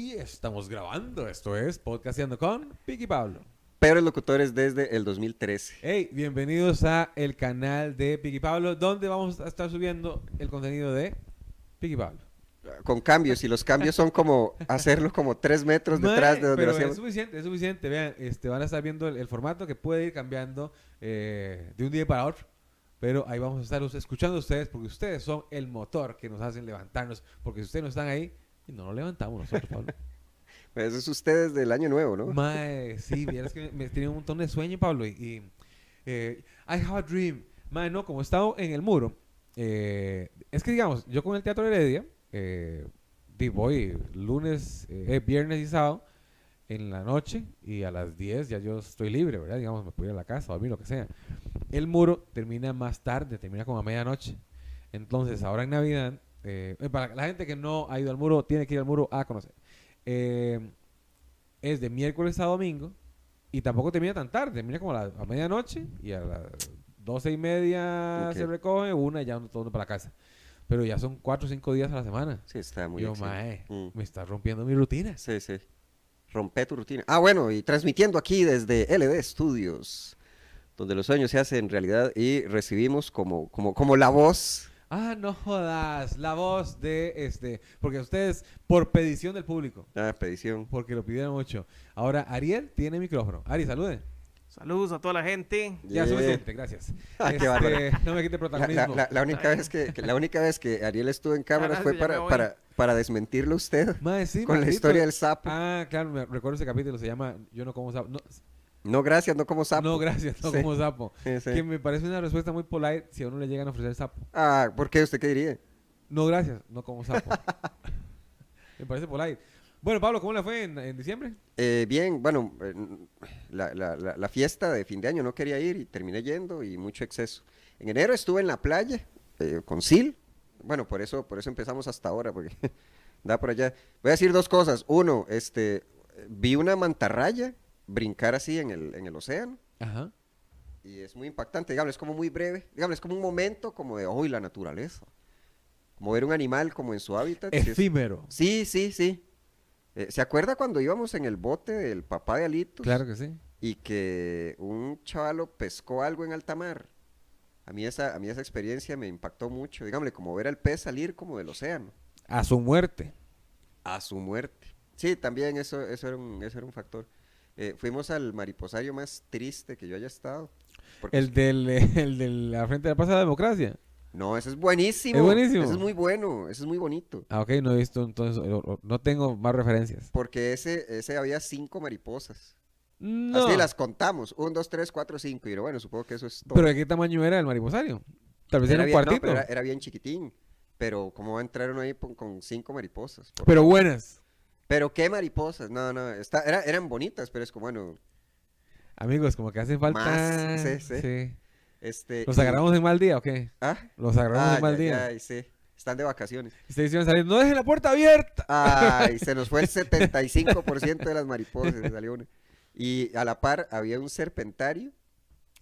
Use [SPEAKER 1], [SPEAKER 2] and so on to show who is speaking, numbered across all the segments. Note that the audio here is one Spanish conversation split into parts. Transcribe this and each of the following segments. [SPEAKER 1] estamos grabando. Esto es Podcasteando con Piki Pablo.
[SPEAKER 2] Pero locutores desde el 2013.
[SPEAKER 1] Hey, bienvenidos a el canal de Piki Pablo, donde vamos a estar subiendo el contenido de Piki Pablo.
[SPEAKER 2] Con cambios, y los cambios son como hacerlo como tres metros Pues detrás de donde
[SPEAKER 1] Pero
[SPEAKER 2] lo
[SPEAKER 1] es
[SPEAKER 2] hacíamos.
[SPEAKER 1] suficiente, es suficiente. Vean, este, van a estar viendo el, el formato que puede ir cambiando eh, de un día para otro. Pero ahí vamos a estar us- escuchando a ustedes porque ustedes son el motor que nos hacen levantarnos. Porque si ustedes no están ahí, no nos levantamos nosotros, Pablo.
[SPEAKER 2] Pero eso Pues, es ustedes del año nuevo, ¿no?
[SPEAKER 1] Mae, sí, vieras que me tiene un montón de sueño, Pablo. Y, y, eh, I have a dream. Mae, no, como he estado en el muro, eh, es que digamos, yo con el Teatro Heredia, eh, di- voy lunes, eh, eh, viernes y sábado en la noche y a las 10 ya yo estoy libre, ¿verdad? Digamos, me puedo ir a la casa, dormir, lo que sea. El muro termina más tarde, termina como a medianoche. Entonces, ahora en Navidad, eh, eh, para la gente que no ha ido al muro, tiene que ir al muro a conocer. Eh, es de miércoles a domingo y tampoco termina tan tarde, termina como a, la- a medianoche y a las doce y media se
[SPEAKER 2] Ok.
[SPEAKER 1] recoge, una y ya uno- todo uno para la casa. Pero ya son cuatro o cinco días a la semana.
[SPEAKER 2] Sí, está muy
[SPEAKER 1] Yo, mae,
[SPEAKER 2] excelente. Mm.
[SPEAKER 1] me está rompiendo mi rutina.
[SPEAKER 2] Sí, sí. Rompe tu rutina. Ah, bueno, y transmitiendo aquí desde LD Studios, donde los sueños se hacen realidad y recibimos como, como, como la voz.
[SPEAKER 1] Ah, no jodas, la voz de este, porque ustedes, por petición del público,
[SPEAKER 2] Ah, petición.
[SPEAKER 1] porque lo pidieron mucho. Ahora, Ariel tiene micrófono. Ari, salude.
[SPEAKER 3] Saludos a toda la gente.
[SPEAKER 1] Ya
[SPEAKER 2] Yeah.
[SPEAKER 1] suficiente, gracias. Este,
[SPEAKER 2] Ah, qué bárbaro.
[SPEAKER 1] no me quite
[SPEAKER 2] La, la-
[SPEAKER 1] protagonismo.
[SPEAKER 2] la- la única vez que, que- la única vez que Ariel estuvo en cámara
[SPEAKER 1] Ah,
[SPEAKER 3] Carajo,
[SPEAKER 2] fue
[SPEAKER 3] ya me
[SPEAKER 2] para,
[SPEAKER 3] voy.
[SPEAKER 2] para, para desmentirlo a usted
[SPEAKER 1] Mae, sí,
[SPEAKER 2] con la
[SPEAKER 1] maldito.
[SPEAKER 2] historia del sapo.
[SPEAKER 1] Ah, claro, me recuerdo ese capítulo, se llama Yo no como sapo. No,
[SPEAKER 2] No, gracias, no como sapo.
[SPEAKER 1] no, gracias, no
[SPEAKER 2] Sí,
[SPEAKER 1] como sapo.
[SPEAKER 2] sí, sí.
[SPEAKER 1] Que me parece una respuesta muy polite si a uno le llegan a ofrecer sapo.
[SPEAKER 2] Ah, ¿por qué? ¿Usted qué diría?
[SPEAKER 1] No, gracias, no como sapo. me parece polite. Bueno, Pablo, ¿cómo le fue en, en diciembre?
[SPEAKER 2] Eh, bien, bueno, eh, n- la, la- la- la fiesta de fin de año no quería ir y terminé yendo y mucho exceso. En enero estuve en la playa eh, con Sil. Bueno, por eso, por eso empezamos hasta ahora, porque da por allá. Voy a decir dos cosas. Uno, este, vi una mantarraya brincar así en el, en el océano
[SPEAKER 1] Ajá.
[SPEAKER 2] y es muy impactante. Digamos, es como muy breve. Digamos, es como un momento como de, hoy la naturaleza. Como ver un animal como en su hábitat. sí es-
[SPEAKER 1] Efímero.
[SPEAKER 2] Sí, sí, sí. Eh, ¿Se acuerda cuando íbamos en el bote del papá de Alitos?
[SPEAKER 1] Claro que sí.
[SPEAKER 2] Y que un chavalo pescó algo en alta mar. A mí esa, a mí esa experiencia me impactó mucho. Dígame, como ver al pez salir como del océano.
[SPEAKER 1] A su muerte.
[SPEAKER 2] A su muerte. Sí, también eso, eso, era, un, eso era un factor. Eh, fuimos al mariposario más triste que yo haya estado. porque-
[SPEAKER 1] El del, eh, el de la frente de la Plaza de la Democracia.
[SPEAKER 2] No, ese es buenísimo.
[SPEAKER 1] Es buenísimo.
[SPEAKER 2] Ese es muy bueno, ese es muy bonito.
[SPEAKER 1] Ah, ok, no he visto, entonces, o- o- no tengo más referencias.
[SPEAKER 2] Porque ese, ese había cinco mariposas.
[SPEAKER 1] No.
[SPEAKER 2] Así las contamos. Un, dos, tres, cuatro, cinco. Y yo, bueno, supongo que eso es todo.
[SPEAKER 1] Pero ¿de qué tamaño era el mariposario? Tal vez era, un
[SPEAKER 2] bien, no,
[SPEAKER 1] cuartito.
[SPEAKER 2] pero
[SPEAKER 1] pero,
[SPEAKER 2] era, era bien chiquitín. Pero cómo entraron ahí pon- con, cinco mariposas. Por-
[SPEAKER 1] buenas.
[SPEAKER 2] Pero qué mariposas. No, no. está- era- eran bonitas, pero es como, bueno,
[SPEAKER 1] Amigos, como que hace falta.
[SPEAKER 2] Más, sí, sí. este...
[SPEAKER 1] ¿Los
[SPEAKER 2] y-
[SPEAKER 1] agarramos en mal día o qué?
[SPEAKER 2] Ah,
[SPEAKER 1] Los agarramos
[SPEAKER 2] ah,
[SPEAKER 1] en mal
[SPEAKER 2] ya,
[SPEAKER 1] día.
[SPEAKER 2] ya, y sí. Están de vacaciones.
[SPEAKER 1] Y se hicieron salir, no dejen la puerta abierta.
[SPEAKER 2] Ay, se nos fue el 75% de las mariposas. se salió una. Y a la par había un serpentario,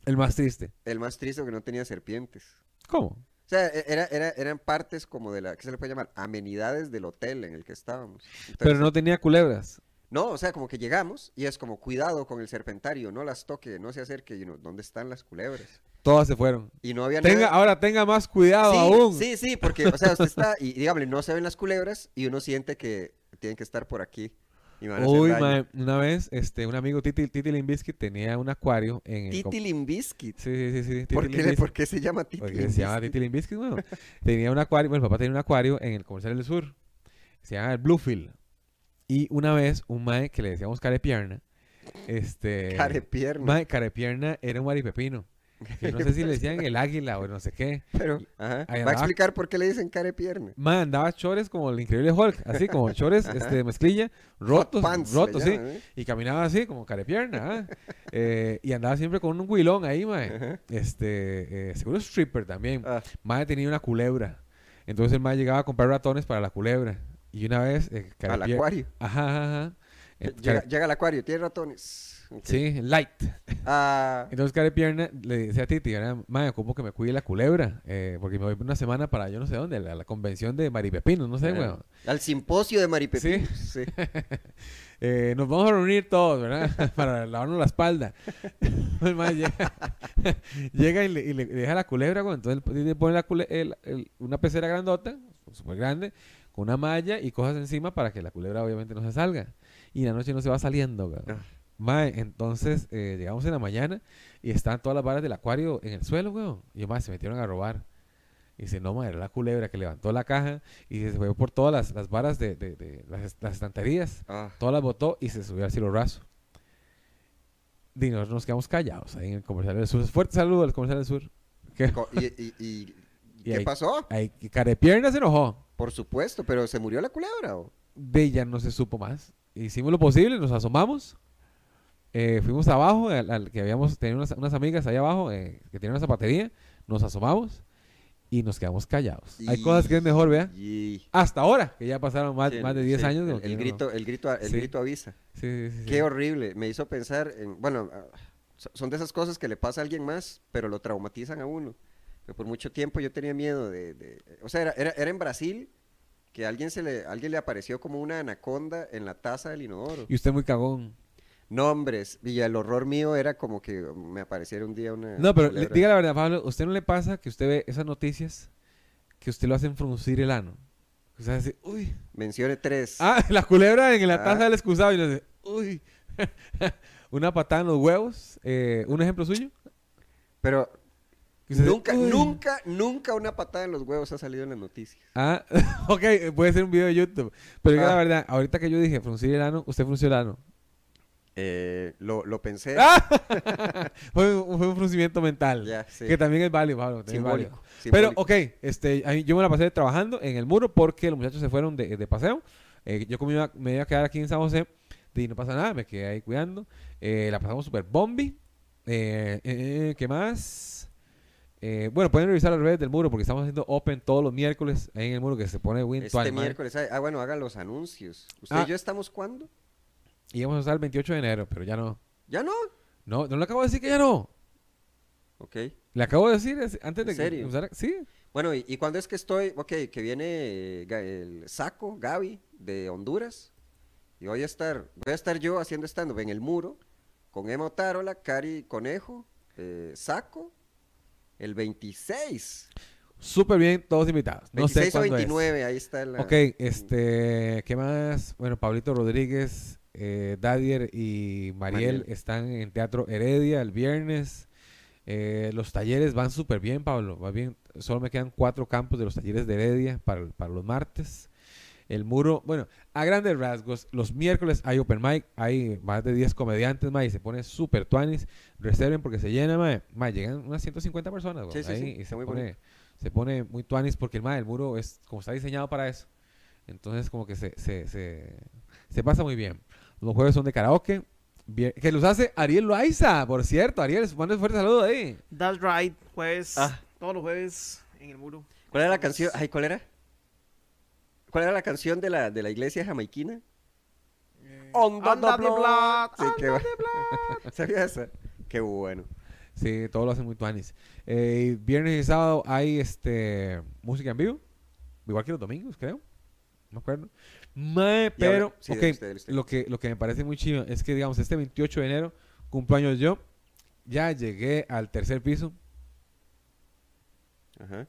[SPEAKER 1] El más triste.
[SPEAKER 2] el más triste porque no tenía serpientes.
[SPEAKER 1] ¿Cómo?
[SPEAKER 2] O sea, e- era, era- eran partes como de la, ¿qué se le puede llamar? Amenidades del hotel en el que estábamos. Entonces,
[SPEAKER 1] pero no tenía culebras.
[SPEAKER 2] no, o sea, como que llegamos y es como, cuidado con el serpentario, no las toque, no se acerque, y uno, ¿dónde están las culebras?
[SPEAKER 1] Todas se fueron.
[SPEAKER 2] Y no había
[SPEAKER 1] Tenga,
[SPEAKER 2] nada.
[SPEAKER 1] ahora tenga más cuidado
[SPEAKER 2] sí,
[SPEAKER 1] aún.
[SPEAKER 2] sí, sí, porque, o sea, usted está, y dígame, no se ven las culebras y uno siente que tienen que estar por aquí y me van a hacer
[SPEAKER 1] Uy,
[SPEAKER 2] daño.
[SPEAKER 1] mae, una vez, este, un amigo Titi, Titi Limbisky tenía un acuario en el com-
[SPEAKER 2] Titi Limbiscuit.
[SPEAKER 1] Sí, sí, sí, sí. Titi
[SPEAKER 2] ¿Por qué, le-
[SPEAKER 1] Limbisky.
[SPEAKER 2] por qué se llama Titi
[SPEAKER 1] Porque se llama
[SPEAKER 2] Limbiscuit?
[SPEAKER 1] Titi Limbisky, bueno. tenía un acuario, bueno, el papá tenía un acuario en el comercial del sur. Se llama el Bluefield. Y una vez, un mae que le decíamos carepierna, este...
[SPEAKER 2] Carepierna.
[SPEAKER 1] Mae, carepierna era un maripepino. Que no sé si le decían el águila o no sé qué.
[SPEAKER 2] Pero, ajá,
[SPEAKER 1] Ahí
[SPEAKER 2] va a
[SPEAKER 1] andaba.
[SPEAKER 2] explicar por qué le dicen carepierna.
[SPEAKER 1] Mae, andaba chores como el increíble Hulk, así como chores este, de mezclilla,
[SPEAKER 2] Hot
[SPEAKER 1] rotos,
[SPEAKER 2] pants le
[SPEAKER 1] rotos, sí.
[SPEAKER 2] llaman, ¿eh?
[SPEAKER 1] Y caminaba así, como carepierna. ¿ah? Eh, y andaba siempre con un huilón ahí, mae. Este, eh, seguro stripper también.
[SPEAKER 2] Ah.
[SPEAKER 1] Mae tenía una culebra. Entonces el mae llegaba a comprar ratones para la culebra. Y una vez... eh,
[SPEAKER 2] Al
[SPEAKER 1] Carepier-
[SPEAKER 2] acuario.
[SPEAKER 1] Ajá, ajá, ajá. Eh,
[SPEAKER 2] Llega,
[SPEAKER 1] Care-
[SPEAKER 2] llega al acuario, tiene ratones. Ok.
[SPEAKER 1] Sí, light.
[SPEAKER 2] Ah,
[SPEAKER 1] Entonces Carepierna le dice a Titi, ¿verdad? Mae, ¿cómo que me cuide la culebra? Eh, porque me voy una semana para yo no sé dónde, a la, la convención de Maripepino, no sé,
[SPEAKER 2] ah,
[SPEAKER 1] weón.
[SPEAKER 2] Al simposio de Maripepín. Sí.
[SPEAKER 1] Eh, nos vamos a reunir todos, ¿verdad? Para lavarnos la espalda. El mae llega, llega y, le, y le- le deja la culebra, güey. Entonces le le pone la cule- el- el- una pecera grandota, súper grande, con una malla y cosas encima para que la culebra obviamente no se salga. Y en la noche no se va saliendo, güey.
[SPEAKER 2] Ah.
[SPEAKER 1] Mae, entonces eh, llegamos en la mañana y están todas las varas del acuario en el suelo, güey. Y yo, mae, se metieron a robar. Y dice, no, mae, era la culebra que levantó la caja y se fue por todas las, las varas de, de- de las est- las estanterías.
[SPEAKER 2] Ah,
[SPEAKER 1] Todas las botó y se subió al cielo raso. Y nosotros nos quedamos callados ahí en el comercial del sur. Fuerte saludo al comercial del sur. Que
[SPEAKER 2] co- y, y- y- ¿y
[SPEAKER 1] Y
[SPEAKER 2] qué
[SPEAKER 1] ahí-
[SPEAKER 2] pasó?
[SPEAKER 1] ahí que Carepierna se enojó.
[SPEAKER 2] Por supuesto, pero se murió la culebra. ¿o?
[SPEAKER 1] De ella no se supo más. Hicimos lo posible, nos asomamos. eh, fuimos abajo, al, al que habíamos tenido unas, unas amigas ahí abajo eh, que tienen una zapatería. Nos asomamos y nos quedamos callados. Hay cosas que es mejor, vea.
[SPEAKER 2] Y-
[SPEAKER 1] Hasta ahora, que ya pasaron más,
[SPEAKER 2] sí,
[SPEAKER 1] más de
[SPEAKER 2] sí,
[SPEAKER 1] 10 años.
[SPEAKER 2] El,
[SPEAKER 1] como que
[SPEAKER 2] el
[SPEAKER 1] no-
[SPEAKER 2] grito, el grito, el
[SPEAKER 1] Sí.
[SPEAKER 2] grito avisa.
[SPEAKER 1] Sí, sí, sí, sí.
[SPEAKER 2] Qué horrible. Me hizo pensar en, bueno, ah, so- son de esas cosas que le pasa a alguien más, pero lo traumatizan a uno. Que por mucho tiempo yo tenía miedo de, de- o sea, era, era, era en Brasil que alguien se le, alguien le apareció como una anaconda en la taza del inodoro.
[SPEAKER 1] Y usted muy cagón.
[SPEAKER 2] Nombres. Y el horror mío era como que me apareciera un día una.
[SPEAKER 1] No, pero le-
[SPEAKER 2] culebra.
[SPEAKER 1] diga la verdad, Pablo, ¿usted no le pasa que usted ve esas noticias que usted lo hacen fruncir el ano? O sea, así, uy.
[SPEAKER 2] Mencione tres.
[SPEAKER 1] Ah, la culebra en la
[SPEAKER 2] Ah.
[SPEAKER 1] taza del excusado y le dice, uy. Una patada en los huevos. eh, ¿Un ejemplo suyo?
[SPEAKER 2] Pero
[SPEAKER 1] Que usted dice,
[SPEAKER 2] nunca,
[SPEAKER 1] "Uy".
[SPEAKER 2] nunca, nunca una patada en los huevos ha salido en las noticias.
[SPEAKER 1] Ah, ok, puede ser un video de YouTube. Pero diga la
[SPEAKER 2] Ah.
[SPEAKER 1] verdad, ahorita que yo dije fruncir el ano, usted frunció el ano.
[SPEAKER 2] Eh, lo, lo pensé.
[SPEAKER 1] ¡Ah! fue, un, fue un fruncimiento mental.
[SPEAKER 2] Ya, sí.
[SPEAKER 1] Que también es válido, Pablo. también es válido.
[SPEAKER 2] Simbólico,
[SPEAKER 1] Pero,
[SPEAKER 2] simbólico.
[SPEAKER 1] ok, este, ahí yo me la pasé trabajando en el muro porque los muchachos se fueron de, de paseo. Eh, yo como iba- me iba a quedar aquí en San José y no pasa nada, me quedé ahí cuidando. Eh, la pasamos súper bombi. Eh, eh, eh, ¿Qué más? Eh, bueno, pueden revisar las redes del muro porque estamos haciendo open todos los miércoles ahí en el muro que se pone Win
[SPEAKER 2] Este miércoles. Ah, ah, bueno, haga los anuncios. ¿Usted
[SPEAKER 1] ¿eh? Ah.
[SPEAKER 2] y yo estamos cuándo?
[SPEAKER 1] Y vamos a estar el 28 de enero, pero ya no.
[SPEAKER 2] ¿Ya no?
[SPEAKER 1] No, no le acabo de decir que ya no.
[SPEAKER 2] Ok.
[SPEAKER 1] Le acabo de decir es- antes
[SPEAKER 2] ¿En
[SPEAKER 1] de que
[SPEAKER 2] serio?
[SPEAKER 1] empezara- Sí,
[SPEAKER 2] Bueno, ¿y, y cuándo es que estoy? Ok, que viene eh, Ga- el Saco, Gaby, de Honduras. Y voy a estar, voy a estar yo haciendo stand-up en el muro con Emma Otárola, Cari Conejo, eh, Saco, el 26.
[SPEAKER 1] súper bien, todos invitados. No sé
[SPEAKER 2] 26 o
[SPEAKER 1] cuándo es.
[SPEAKER 2] 29, ahí está la...
[SPEAKER 1] Ok, este, ¿qué más? Bueno, Pablito Rodríguez, eh, Dadier y Mariel,
[SPEAKER 2] Mariel.
[SPEAKER 1] están en Teatro Heredia el viernes. Eh, los talleres van súper bien, Pablo. Va bien. Solo me quedan cuatro campos de los talleres de Heredia para, para los martes. El muro, bueno, a grandes rasgos, los miércoles hay open mic, hay más de 10 comediantes, mae, y se pone súper tuanis. Reserven porque se llena, mae. Mae, llegan unas 150 personas,
[SPEAKER 2] Sí,
[SPEAKER 1] weón,
[SPEAKER 2] sí,
[SPEAKER 1] ahí,
[SPEAKER 2] sí,
[SPEAKER 1] y
[SPEAKER 2] está
[SPEAKER 1] se
[SPEAKER 2] muy
[SPEAKER 1] pone,
[SPEAKER 2] bonito.
[SPEAKER 1] se pone muy tuanis porque el, mae, el muro es como está diseñado para eso. Entonces, como que se, se, se, se pasa muy bien. Los jueves son de karaoke, bien- que los hace Ariel Loaiza, por cierto. Ariel, mande un fuerte saludo ahí.
[SPEAKER 3] That's right, jueves.
[SPEAKER 2] Ah.
[SPEAKER 3] Todos los jueves en el muro.
[SPEAKER 2] ¿Cuál era la canción? Ay, ¿cuál era? ¿Cuál era la canción de la, de la iglesia jamaiquina? On the
[SPEAKER 3] Eh, Under the
[SPEAKER 2] block.
[SPEAKER 3] block,
[SPEAKER 2] Sí, qué bueno. ¿Sabías esa? Qué bueno.
[SPEAKER 1] Sí, todo lo hacen muy tuanis. Eh, y viernes y sábado hay este música en vivo, igual que los domingos, creo. No me acuerdo. Mae,
[SPEAKER 2] Y ahora-
[SPEAKER 1] pero,
[SPEAKER 2] sí,
[SPEAKER 1] ok,
[SPEAKER 2] dele usted, dele usted.
[SPEAKER 1] Lo, que, lo que me parece muy chido es que, digamos, este 28 de enero, cumpleaños yo, ya llegué al tercer piso.
[SPEAKER 2] Ajá.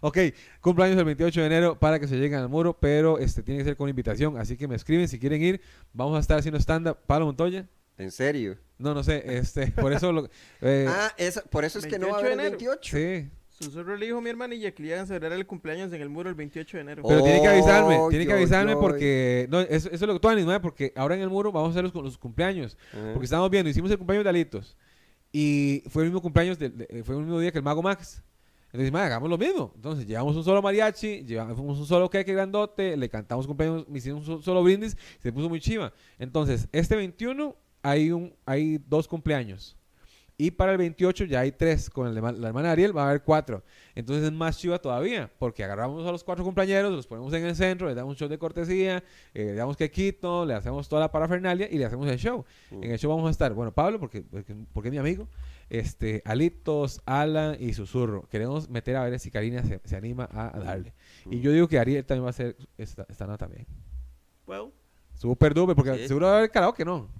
[SPEAKER 1] Ok, cumpleaños el 28 de enero para que se lleguen al muro, pero este tiene que ser con invitación, así que me escriben si quieren ir. Vamos a estar haciendo stand-up. Pablo Montoya.
[SPEAKER 2] ¿En serio?
[SPEAKER 1] No, no sé, este, por eso lo... eh,
[SPEAKER 2] ah, esa- por eso es que no va a
[SPEAKER 3] 28
[SPEAKER 2] haber el
[SPEAKER 3] de enero.
[SPEAKER 2] 28.
[SPEAKER 1] sí,
[SPEAKER 3] Susurro le dijo a mi hermanilla que le iban a celebrar el cumpleaños en el muro el 28 de enero.
[SPEAKER 1] pero tiene que avisarme,
[SPEAKER 2] Oh,
[SPEAKER 1] tiene que
[SPEAKER 2] yo,
[SPEAKER 1] avisarme
[SPEAKER 2] yo.
[SPEAKER 1] porque... No, eso, eso es lo que tú animas, porque ahora en el muro vamos a hacer los, los cumpleaños.
[SPEAKER 2] Ajá.
[SPEAKER 1] Porque estábamos viendo, hicimos el cumpleaños de Alitos. Y fue el mismo cumpleaños, del- de- eh, fue el mismo día que el Mago Max. Entonces, "Mae, hagamos lo mismo. Entonces, llevamos un solo mariachi, llevamos un solo queque grandote, le cantamos cumpleaños, hicimos un so- solo brindis, se puso muy chiva. Entonces, este 21 hay, un, hay dos cumpleaños. Y para el 28 ya hay tres. Con el de ma- la hermana de Ariel va a haber cuatro. Entonces es más chiva todavía, porque agarramos a los cuatro cumpleañeros, los ponemos en el centro, les damos un show de cortesía, eh, le damos quequito, le hacemos toda la parafernalia y le hacemos el show.
[SPEAKER 2] Mm.
[SPEAKER 1] En el show vamos a estar, bueno, Pablo, porque, porque, porque es mi amigo, este, Alitos, Alan y Susurro. Queremos meter a ver si Karina se, se anima a, a darle. Y
[SPEAKER 2] Mm.
[SPEAKER 1] yo digo que Ariel también va a ser esta, esta nota también.
[SPEAKER 3] Bueno,
[SPEAKER 1] Super duper, porque
[SPEAKER 2] Sí.
[SPEAKER 1] seguro va a haber karaoke, ¿no.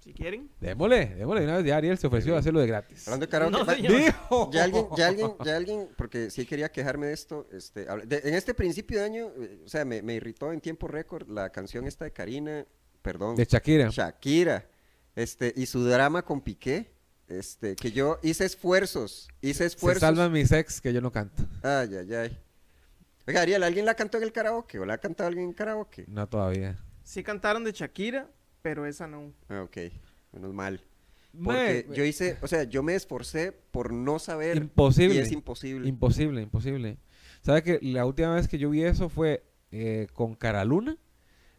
[SPEAKER 3] si quieren.
[SPEAKER 1] Démosle, démosle. de Una vez ya Ariel se ofreció a hacerlo de gratis.
[SPEAKER 2] Hablando de karaoke,
[SPEAKER 3] No,
[SPEAKER 2] va-
[SPEAKER 3] señor.
[SPEAKER 1] ¡Dijo!
[SPEAKER 2] ya alguien, ya alguien, ya alguien, porque sí quería quejarme de esto. Este, habla- de- en este principio de año, eh, o sea, me, me irritó en tiempo récord la canción esta de Karina, perdón,
[SPEAKER 1] De Shakira.
[SPEAKER 2] Shakira, este, y su drama con Piqué, este, que yo hice esfuerzos, hice
[SPEAKER 1] Se
[SPEAKER 2] esfuerzos.
[SPEAKER 1] salvan mis ex que yo no canto.
[SPEAKER 2] Ay, ay, ay. Oiga, Ariel, ¿alguien la cantó en el karaoke? ¿O la ha cantado alguien en karaoke?
[SPEAKER 1] No todavía.
[SPEAKER 3] Sí cantaron de Shakira, pero esa no.
[SPEAKER 2] Ah, ok, menos mal.
[SPEAKER 1] Mae,
[SPEAKER 2] Porque yo hice, o sea, yo me esforcé por no saber.
[SPEAKER 1] Imposible.
[SPEAKER 2] Y es imposible.
[SPEAKER 1] Imposible, imposible. ¿Sabes que la última vez que yo vi eso fue eh, con Caraluna?